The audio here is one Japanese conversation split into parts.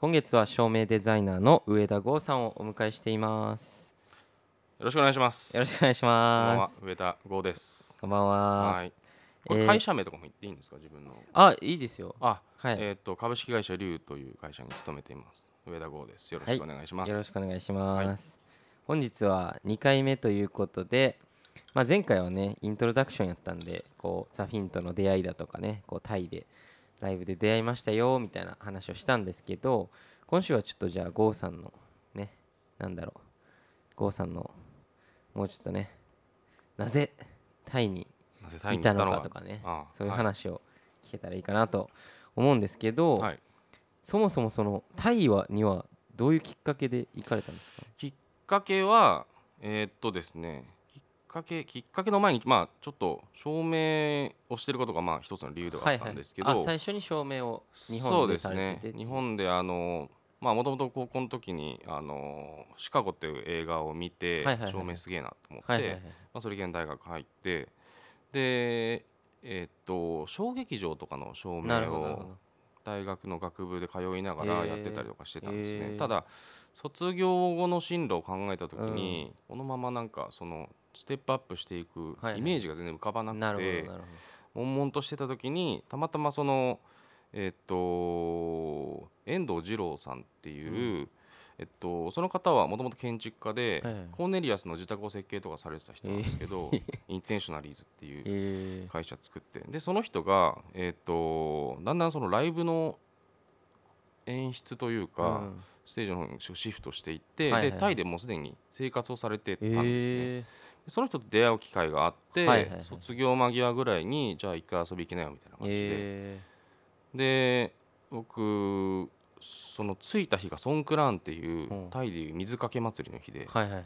今月は照明デザイナーの上田剛さんをお迎えしていますよろしくお願いします。よろしくお願いしこんばんまはす、上田剛です。こんばんははい。こえーれ会社名とかも言っていいんですか、自分の。あいいですよあ、はい、えっ、と株式会社リュウという会社に勤めています。上田剛です。よろしくお願いします。よろしくお願いします、はい本日は2回目ということで、まあ、前回はねイントロダクションやったんでこうザ・フィンとの出会いだとかねこうタイでライブで出会いましたよみたいな話をしたんですけど今週はちょっとじゃあ郷さんのねなんだろう郷さんのもうちょっとねなぜタイになぜタイいに行たったののかかとかねああそういうはい話を聞けたらいいかなと思うんですけど、はい。そもそもそのタイはにはどういうきっかけで行かれたんですかきっかけはえーっとですね。きっかけきっかけの前にまあちょっと証明をしてることがまあ一つの理由ではあったんですけど。はいはい、あ最初に証明を日本でされててそうですね日本であのまあもともと高校の時にあのシカゴっていう映画を見て、はいはいはい照明すげえなと思って、はいはいはいまあ、それ現大学入ってでえーっと小劇場とかの照なる明ほどなるほをど大学の学部で通いながらやってたりとかしてたんですね、へーただ卒業後の進路を考えた時に、このままなんかそのステップアップしていくはいはいイメージが全然浮かばなくて、なるほどなるほど悶々としてた時にたまたまそのえっと遠藤二郎さんっていう、えっと、その方はもともと建築家で、はいはいコーネリアスの自宅を設計とかされてた人なんですけど、 インテンショナリーズっていうえ会社作ってでその人が、えっとだんだんそのライブの演出というーか、ステージの方にシフトしていって、はいはいはいでタイでもうすでに生活をされてたうんんですね。えでその人と出会う機会があって、はいはいはい卒業間際ぐらいにじゃあ一回遊び行きなよみたいなー感じで、えで僕その着いた日がソンクラーンっていう、うんタイでいう水かけ祭りの日で、ーはいはいはい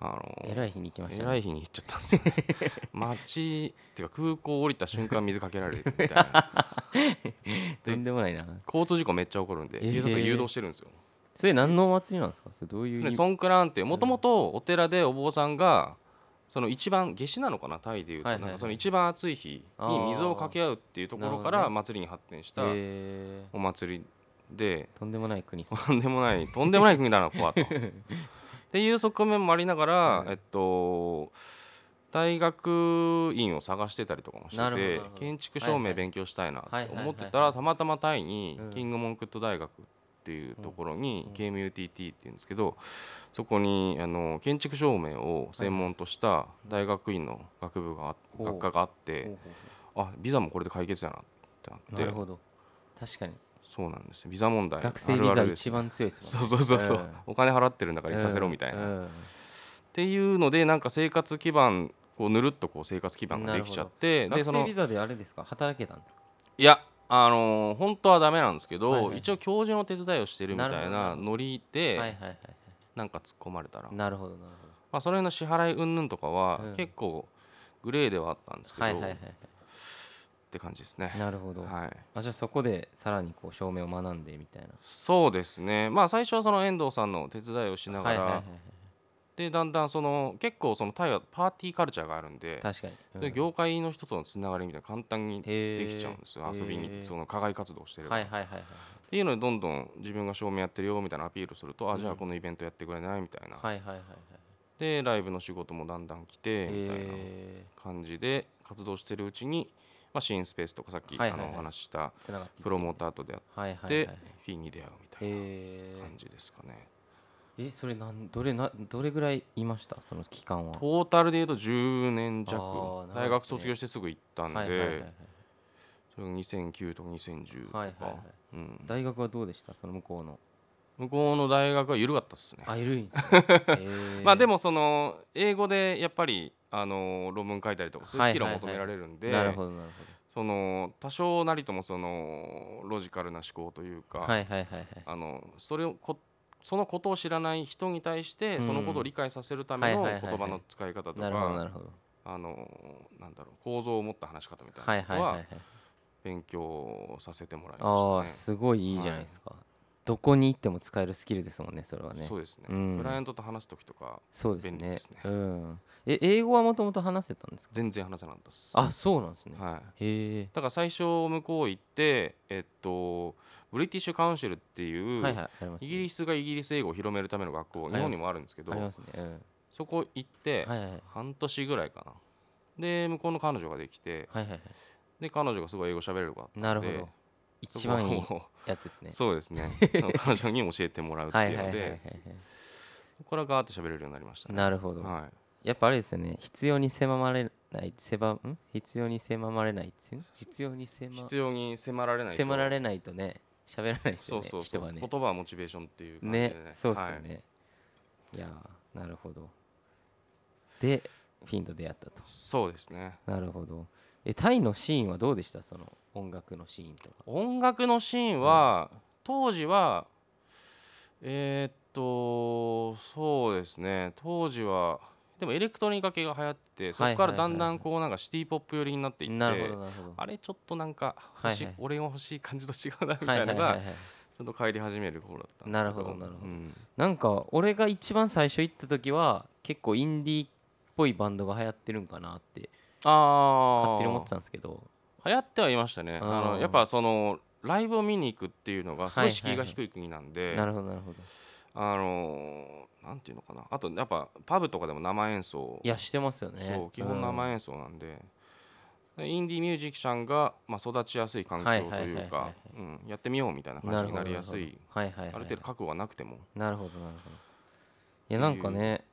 あえのらい日に行きましたえらいね日に行っちゃったんで すよね街っていうか空港降りた瞬間水かけられるみ たいなとんでもないな交通事故めっちゃ起こるんでえー警察が誘導してるんですよ、それ何のお祭りなんですかそれどういうでソンクラーンってもともとお寺でお坊さんがその一番夏至なのかなタイでいうと、はいはいはいなんかその一番暑い日に水をかけ合うっていうところかあらー祭りに発展したえお祭りでーとんでもない国っすねとんでもないとんでもない国だなコ アと。っていう側面もありながら、はいえっと大学院を探してたりとかもしなるてほどなてるほど建築は証いは明い勉強したいなはいっはていはい思ってたはらいたまたまタイにうんキングモンクット大学っていうところにうん KMUTT っていうんですけどそこにあの建築証明を専門とした大学院の学部があほう学科があっほてうほうあビザもこれで解決やなってほうななっるてほど確かにそうなんですよビザ問題学生あビるあザるです一番強いですそもんうねそうそうそううんお金払ってるんだから行かせろみたいな。うんっていうのでなんか生活基盤こうぬるっとこう生活基盤ができちゃって学でそ生のビいザであれですか働けたんですかやあのー本当はダメなんですけど、はいはい一応教授の手伝いをしてるみなたるいほどなるほなどノリはいではいはなんか突っ込まれたら、いまなるほどなるほどあ、その辺の支払い云々とかはうん結構グレーではあったんですけど、はいはいはっいて感じですねはい。なるほど、はいあじゃあそこでさらにこう照明を学んでみたいなそうですねまあ最初はその遠藤さんの手伝いをしながら、はいはいはいはでだんだんその結構そのタイはパーティーカルチャーがあるんでい、確かに、うんで業界の人とのつながりみたいな簡単にでへーきちゃうんですよ、遊びへにーその課外活動してればはいはいはいはいっていうのでどんどん自分が照明やってるよみたいなアピールすると、あじゃうあんこのイベントやってくれないみたいな、はいはいはいはいでライブの仕事もだんだん来てみたいなえ感じで活動してるうちに、まあ、シーンスペースとかさっき、はいはいはいあのお話ししたー、つながってプロモーターと出会はいはいっはいて、フィンに出会うみたいえな感じですかね、ー、えそれなんどれなどれぐらいいましたその期間はトータルで言うと10年あー長い弱ですね大学卒業してすぐ行ったんで、はいはいはいはいそれが2009とか2010とか、はいはいはいうん大学はどうでしたその向こうの向こうの大学は緩かったっすねあいるんです ね、えーまあでもその英語でやっぱりあの論文書いたりとかそういうはいはスキいルをはい求められるんでなるほどなるその多少なりともそのロジカルな思考というほか、どはいはいはいはいあのそれをこそのことを知らない人に対してうんそのことを理解させるためのはいはい言はいはい葉の使い方となるほどなかるほどあのなんだろう構造を持った話し方みたはいいなはいのはいははい勉強させてもらいああまーしたね。すごいいいじゃないですか、どこに行っても使えるスキルですもんねそれはねそうですね、うんクライアントと話す時とかそうです便利ねですねうん、え英語はもともと話せたんですか全然話せなかったですあそうなんですね、はいへえだから最初向こう行ってえっとブリティッシュカウンシルっていう、はいはいありますねイギリスがイギリス英語を広めるための学あり校日ます本にもあるんですけどありますね、うん、そこ行ってはいはいはい半年ぐらいかなで向こうの彼女ができてはいはいはで彼女がすごい英語喋れるかいなるほでど一番いいそこをやつですねそうですね 彼女に教えてもらうってはいいうはいはのいはいはでいそこからガーって喋れるようになりましたねなるほど、はいやっぱあれですよね必要に迫られない狭ん必要に迫られないっていうの必要に迫必要に迫られないと迫られないとね喋らないですそようねそうそ人うは言ね葉はモチベーションっていう感じでねそうですはよいね、い、やーなるほどでフィンと出会ったとそうですねなるほどえタイのシーンはどうでしたその音楽のシーンとか音楽のシーンは、当時はえーっとそうですね当時はでもエレクトロニカ系が流行っててそこからだんだんこうなんかシティポップ寄りになっていって、なるほどなるほどあれちょっとなんかはいは欲いしい、俺が欲しい感じと違うなみはいたいはないのはいはがいちょっと帰り始める頃だったんですけどなるほどなるほどうんなんか俺が一番最初行った時は結構インディーっぽいバンドが流行ってるんかなってあ勝あ手に思ってたんですけど流行ってはいましたねああーのやっぱそのライブを見に行くっていうのがすごはいはいはいい敷居が低い国なんで、なるほどなるほどあのーなんていうのかなあとやっぱパブとかでも生演奏いやしてますよねそう基本生うん演奏なんで、インディーミュージックシャンが、まあ、育ちやすい環境はいはいはいというはいはかいうんやってみようみたいな感じになりやすいはいはいはいはい、ある程度覚悟がなくてもなるほどなるほどいやなんかってね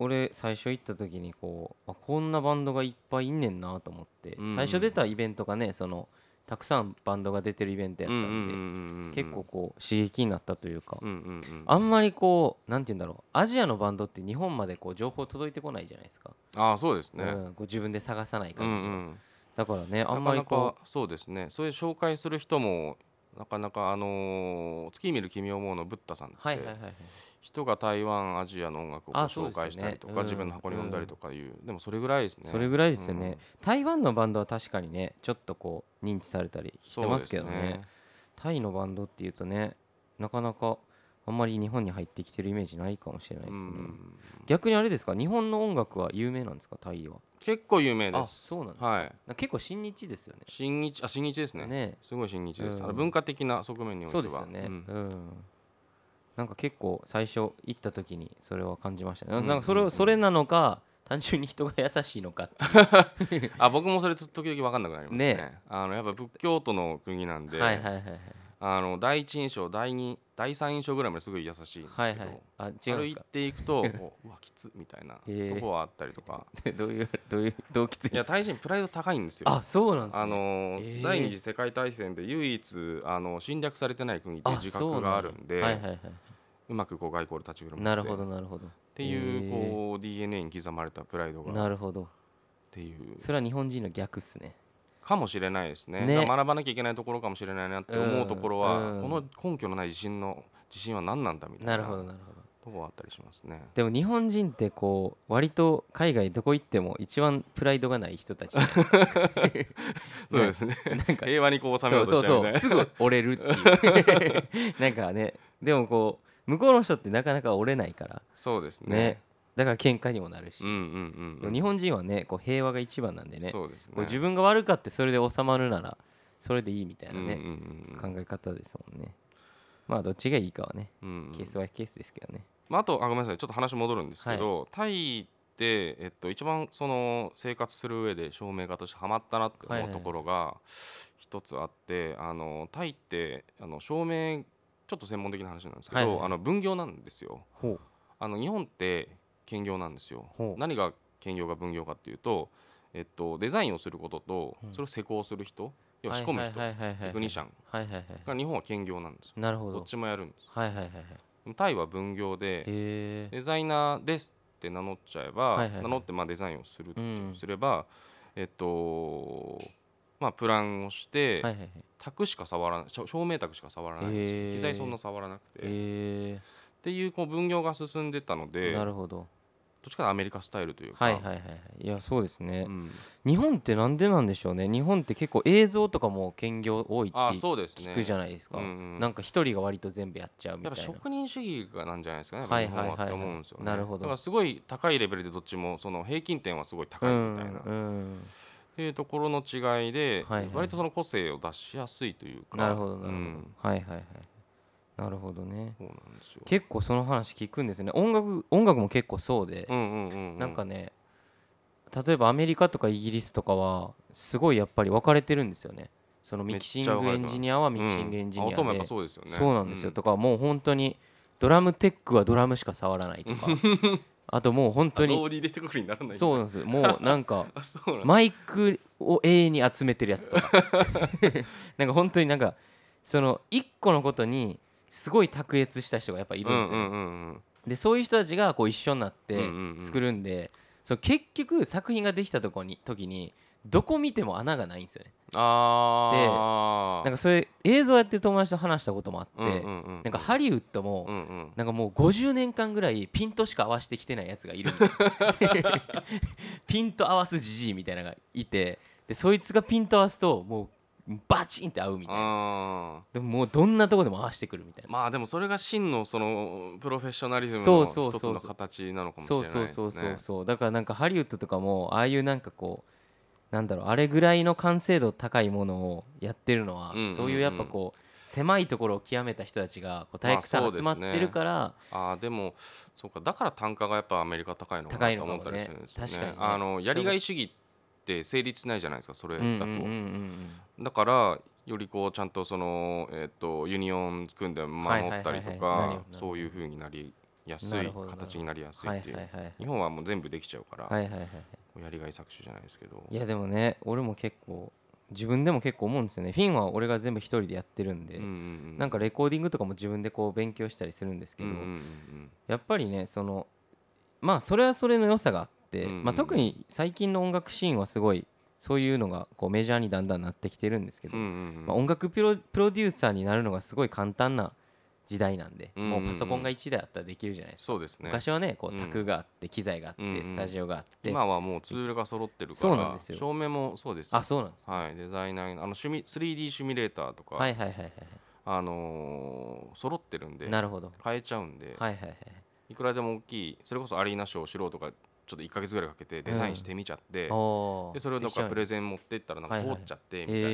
俺最初行った時にこうあこんなバンドがいっぱいいんねんなと思って、うんうん最初出たイベントがねそのたくさんバンドが出てるイベントやったんで、結構こう刺激になったというか、ああんまりこうなんて言うんだろうアジアのバンドって日本までこう情報届いてこないじゃないですか、あーそうですね、ううんん、こう自分で探さないかうら、ん、だからねああんんままりりこそうですねそういう紹介する人もなかなかあのー月見る君を思うのブッダさんっうはいはいはていはい人が台湾アジアの音楽をこうあそうで紹すよね介したりとか、うん自分の箱に呼んだりとかいう、でもそれぐらいですねそれぐらいですようねん、台湾のバンドは確かにねちょっとこう認知されたりしてますけどねそうですタイのバンドっていうとねなかなかあんまり日本に入ってきてるイメージないかもしれないでうすね、ん逆にあれですか日本の音楽は有名なんですかタイは結構有名あですそうなんですか、はいな結構親日ですよね新日あ新日ですねねすごい新日でうす、んあの文化的な側面においてそうはですよねううんん、なんか結構最初行った時にそれは感じましたねなんうんかなんかそれ,、うんうんそれなのか単純に人が優しいのかってあ僕もそれ時々分かんなくなりますねねあのやっぱ仏教徒の国なんで、はいはいはいはいあの第一印象第二第三印象ぐらいまですごい優しいんですけど、はいはいあ違うん歩ですいかていくと おうわきつみたいなへえとこはあったりとか どういうどういう動機ついいやタイ人プライド高いんですよあそうなんですねあのーへえ第二次世界大戦で唯一あの侵略されてない国っていう自そうな覚があるんでう,、はいはいはい、まくこう外交で立ち振る舞ってなるほどっなるほどっていうこう DNA に刻まれたプライドがなっるほどていうそれは日本人の逆っすねかもしれないですねねだから学ばなきゃいけないところかもしれないなって思うところは、うんこの根拠のない自信の自信は何なんだみたいななるほどとなるほどこはあったりしますね。でも日本人ってこう割と海外どこ行っても一番プライドがない人た ちそうです ね。なんか平和にこう収めそよううとそうしちゃそうみうたいすぐ折れるっていう なんかねでもこう向こうの人ってなかなか折れないからそうですねね。だから喧嘩にもなるし、うんうんうんでうもん。日本人はねこう平和が一番なんでねそうですね。こう自分が悪かってそれで収まるならそれでいいみたいなね、うんうんうん考え方ですもんねまあどっちがいいかはねうんうんケースバイケースですけどねまあ、あとあごめんなさいちょっと話戻るんですけど、タイで、えっと、一番その生活する上で照明家としてハマったなってはい思はいうところが一つあって、あのタイってあの照明ちょっと専門的な話なんですけど、はいはいあの分業なんですよほうあの日本って兼業なんですよほう何が兼業か分業かっていうと、えっと、デザインをすることとうんそれを施工する人、要は仕込む人、テクニシャンはいはいはいはが日本は兼業なんですよいなるほどどっちもやるんですはいはいはいはいでもタイは分業で、へえデザイナーですって名乗っちゃえば、はいはいはい名乗ってまあデザインをする、うんすればえっとまあプランをして、はいはいはい卓しか触らない照照明卓しか触らないんですよ、へー機材そんな触らなくて、っへていうこう分業が進んでたのえでなるほどどっちかというとアメリカスタイルというか、はいはいはいはいいやそうですねう、ん、日本ってなんでなんでしょうね日本って結構映像とかも兼業多いってあそうですね聞くじゃないですかうんうんなんか一人が割と全部やっちゃうみやたいっぱな職人主義がなんじゃないですかね、はい日本はいはいはいって思うんですよね。なるほどだからすごい高いレベルでどっちもその平均点はすごい高ういんみたいな、っうんていうところの違いで、はいはい割とその個性を出しやすいというか、なるほどなるほど、うんはいはいはいなるほどねそうなんですよ。結構その話聞くんですね音楽音楽も結構そうで、うんうんうんうん、なんかね例えばアメリカとかイギリスとかはすごいやっぱり分かれてるんですよねそのミキシングエンジニアはミキシングエンジニアうん、で、音もやっぱそうですよね。そうなんですよ、んとかもう本当にドラムテックはドラムしか触らない とかあともう本当あロにーディーで一括りにならない。そうなんですよもうなんか あ そうなんだマイクを永遠に集めてるやつとか なんか本当になんかその一個のことにすごい卓越した人がやっぱいるんですよ、うんうんうんうんでそういう人たちがこう一緒になっうんてうんうん作るんで、そう結局作品ができたとこに時にどこ見ても穴がないんですよねあーなんかそういう映像やってる友達と話したこともあって、うんうんうん、なんかハリウッドも、うんうん、なんかもう50年間ぐらいピントしか合わせてきてないやつがいるみた いなピント合わすじじいみたいなのがいてでそいつがピント合わすともうバチンって合うみたいなあーでももうどんなとこでも合わせてくるみたいな、まあでもそれが真のそのプロフェッショナリズムそのうそう一つそうの形なのかもしれそうないそうですそね。うそうそうだからなんかハリウッドとかもああいうなんかこうなんだろうあれぐらいの完成度高いものをやってるのは、うんうんうんそういうやっぱこう狭いところを極めた人たちがこうま体あ育さん集まってるから、ああでもそうかだから単価がやっぱアメリカ高いのか高いなのとかも思ねったりするんですよね。確かにねあの人がやりがい主義って成立しないじゃないですかそれうだと。んうんうんうんだからよりこうちゃんとそのえっ、とユニオン組んで守ったりはいはいとか、はいはいなるよなそういう風になりやすないるほどなるほど形になりやすはいいっていう。はいはい日本はもう全部できちゃうから、はいはいはいはいやりがい搾取じゃないですけど。いやでもね俺も結構自分でも結構思うんですよねフィンは俺が全部一人でやってるんで、うんうんうん、なんかレコーディングとかも自分でこう勉強したりするんですけうんど、うんうんやっぱりねそのまあそれはそれの良さがあって、うんうんまあ、特に最近の音楽シーンはすごいそういうのがこうメジャーにだんだんなってきてるんですけうど、んうんうんまあ、音楽プロプロデューサーになるのがすごい簡単な時代なんで、うんうんうんもうパソコンが1台あったらできるじゃないですか、そうですね。昔はねこううん卓があって機材があって、うんうんスタジオがあって、今はもうツールが揃ってるかそうなんらですよ照明もそうですよあそうなんですはいデザイナーあのシュミ 3D シミュレーターとか、はいはいはいはいあのー揃ってるんでなるほど変えちゃうんで、はいはいはいい、くらでも大きいそれこそアリーナショーをしろとかちょっと1か月ぐらいかけてデザインしてみちゃって、おーでそれをなんかプレできゼン持ってったらなんはかい通はいっちゃってみたいえ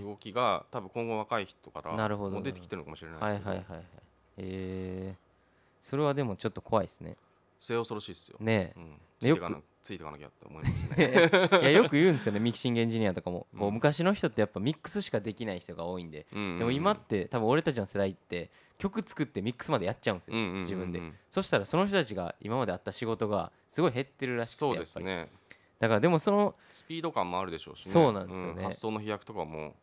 ーな動きが多分今後若い人かならるほどもう出てきてるのかもしれちゃうなんいやですけはど、いはいはいはいえー、それはでもちょっと怖いですね末恐ろしいですよ、ねうん、つでいてよいくかなついていかなきゃって思いますえねいやよく言うんですよねミキシングエンジニアとかも、こううん昔の人ってやっぱミックスしかできない人が多いんで、うんうんう んでも今って多分俺たちの世代って曲作ってミックスまでやっちゃうんですよ、うんうんうんうん自分でそしたらその人たちが今まであった仕事がすごい減ってるらしくてそうですやっぱりねだからでもそのスピード感もあるでしょうしねそうなんですよね発想の飛躍とかも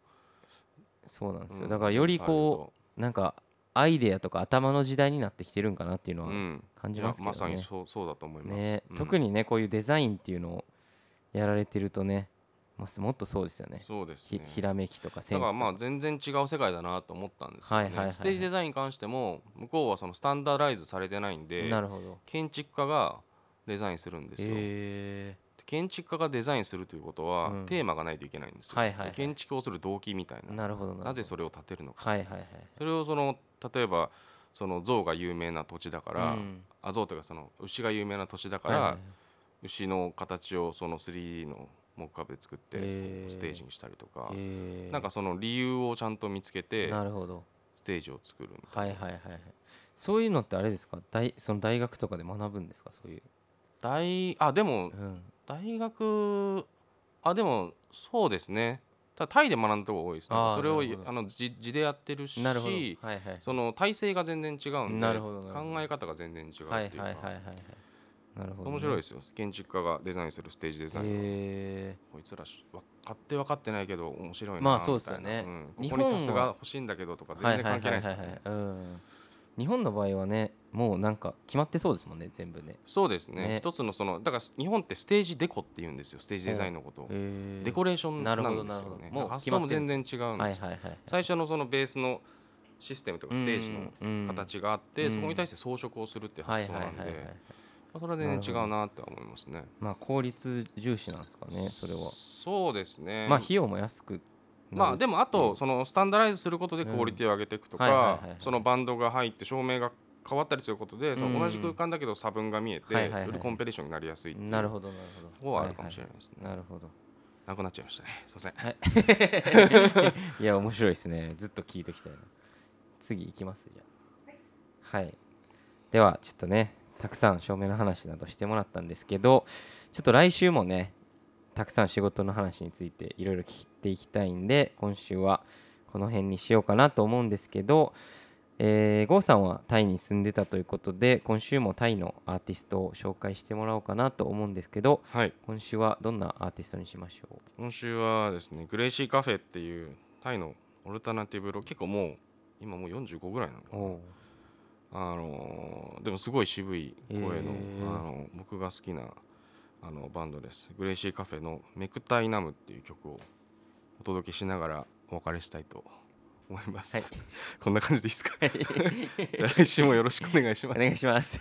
そうなんですよ、うんだからよりこうなんかアイデアとか頭の時代になってきてるんかなっていうのうはん感いじやますけどね、まさにそうそうだと思います、ね、うん特にねこういうデザインっていうのをやられてるとね、まあすもっとそうですよねそうですひねひらめきとかセンスだかとらかまあ全然違う世界だなと思ったんですよはいはいはいはねいステージデザインに関しても向こうはそのスタンダーライズされてないんでなるほど建築家がデザインするんですよ、へえ建築家がデザインするということは、うんテーマがないといけないんですよ、はいはいはい建築をする動機みたいなななるほどなるほどぜそれを建てるのかはいはいはいそれをその例えばその象が有名な土地だから、うんあ象というかその牛が有名な土地だかはいら、はいはい牛の形をその 3D の木下で作ってへーステージにしたりとか、へえなんかその理由をちゃんと見つけてなるほどステージを作るみたいな、はいはいはいはいそういうのってあれですか大その大学とかで学ぶんですかそういう、大あでうもん、大学あでもそうですねただタイで学んだとこ多いですねあーそれをなるほどあの字字でやってるしなるほどはいはいその体制が全然違うんでなるほどなるほど考え方が全然違うっていうか、はいはいはいはいはいなるほどね、面白いですよ建築家がデザインするステージデザインは、へえこいつらし分かって分かってないけど面白いなまあみたいなそうですよねうん日ここ本はにさすが欲しいんだけどとか全然関係ないですからね、はいはいはいはいはいうん日本の場合はねもうなんか決まってそうですもんね全部ねそうですねね一つのそのだから日本ってステージデコって言うんですよステージデザインのことを、へえデコレーションなんですなよるほどなるねほどもう発想も全然違うんですよ、はいはいはいはい最初のそのベースのシステムとかステージのうんうんうん形があって、うんそこに対して装飾をするっていうは発い想はいなはいんはいでそれは全然違うなって思いますねまあ効率重視なんですかねそれはそうですねまあ費用も安くまあでももあとそのスタンダライズすることでクオリティを上げていくとうんはいはいかはいはいそのバンドが入って照明が変わったりすることでその同じ空間だけど差分が見えてはいはいはいよりコンペティションになりやすいっていうなるとほどなるほどこはあるかもしれないですはねいはいなるほどなくなっちゃいましたねすいませんいや面白いですねずっと聞いときたいな次行きますじゃあはいではちょっとねたくさん照明の話などしてもらったんですけどちょっと来週もねたくさん仕事の話についていろいろ聞いていきたいんで今週はこの辺にしようかなと思うんですけど、えー、郷さんはタイに住んでたということで今週もタイのアーティストを紹介してもらおうかなと思うんですけどはい今週はどんなアーティストにしましょ今週はですねグレイシーカフェっていうタイのオルタナティブロ結構もう今もう45ぐらいなのかうなおあのーでもすごい渋い声の,、へーあの僕が好きなあのバンドですグレイシーカフェの「メクタイナム」っていう曲をお届けしながらお別れしたいと思います、はい こんな感じでいいですか来週もよろしくお願いしおます願いします